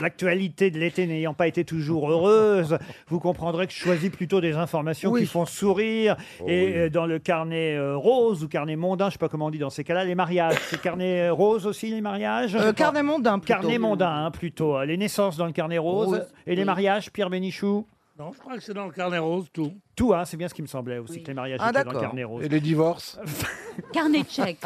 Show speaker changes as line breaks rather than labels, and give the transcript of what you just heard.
l'actualité de l'été n'ayant pas été toujours heureuse, vous comprendrez que je choisis plutôt des informations qui font sourire. et euh, dans le carnet euh, rose ou carnet mondain, je sais pas comment on dit dans ces cas-là, les mariages. C'est carnet euh, rose aussi, les mariages
Euh, carnet mondain, plutôt.
Carnet mondain, hein, plutôt. Les naissances dans le carnet rose.
Rose,
et les
oui.
mariages, Pierre Bénichou
Non, je crois que c'est dans le carnet rose, tout.
Tout, hein, c'est bien ce qui me semblait aussi, que les mariages
Ah,
étaient dans le
d'accord.
carnet rose.
Et les divorces
Carnet de chèques.